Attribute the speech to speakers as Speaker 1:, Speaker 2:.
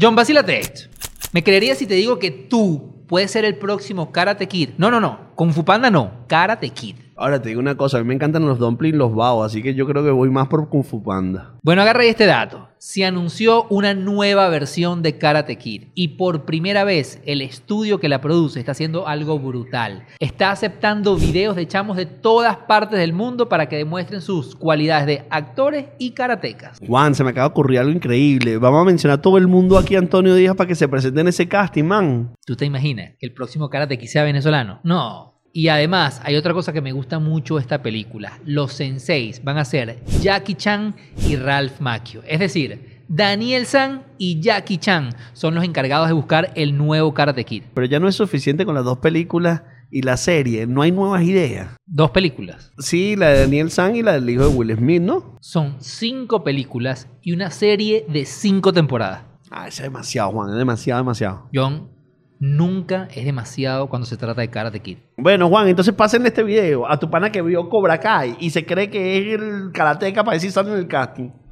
Speaker 1: John, vacílate esto. ¿Me creerías si te digo que tú puedes ser el próximo Karate Kid? No, no, no. Kung Fu Panda no. Karate Kid.
Speaker 2: Ahora te digo una cosa, a mí me encantan los dumplings, los bao, así que yo creo que voy más por Kung Fu Panda.
Speaker 1: Bueno, agarra ahí este dato. Se anunció una nueva versión de Karate Kid y por primera vez el estudio que la produce está haciendo algo brutal. Está aceptando videos de chamos de todas partes del mundo para que demuestren sus cualidades de actores y karatecas.
Speaker 2: Juan, se me acaba de ocurrir algo increíble. Vamos a mencionar a todo el mundo aquí, Antonio Díaz, para que se presente en ese casting, man.
Speaker 1: ¿Tú te imaginas que el próximo Karate Kid sea venezolano? No. Y además, hay otra cosa que me gusta mucho de esta película. Los senseis van a ser Jackie Chan y Ralph Macchio. Es decir, Daniel San y Jackie Chan son los encargados de buscar el nuevo Karate Kid.
Speaker 2: Pero ya no es suficiente con las dos películas y la serie, no hay nuevas ideas.
Speaker 1: Dos películas.
Speaker 2: Sí, la de Daniel San y la del hijo de Will Smith, ¿no?
Speaker 1: Son cinco películas y una serie de cinco temporadas.
Speaker 2: Ah, eso es demasiado, Juan, es demasiado, demasiado.
Speaker 1: John, nunca es demasiado cuando se trata de Karate Kid.
Speaker 2: Bueno, Juan, entonces pasen este video a tu pana que vio Cobra Kai y se cree que es el karateca para decir sale en el casting.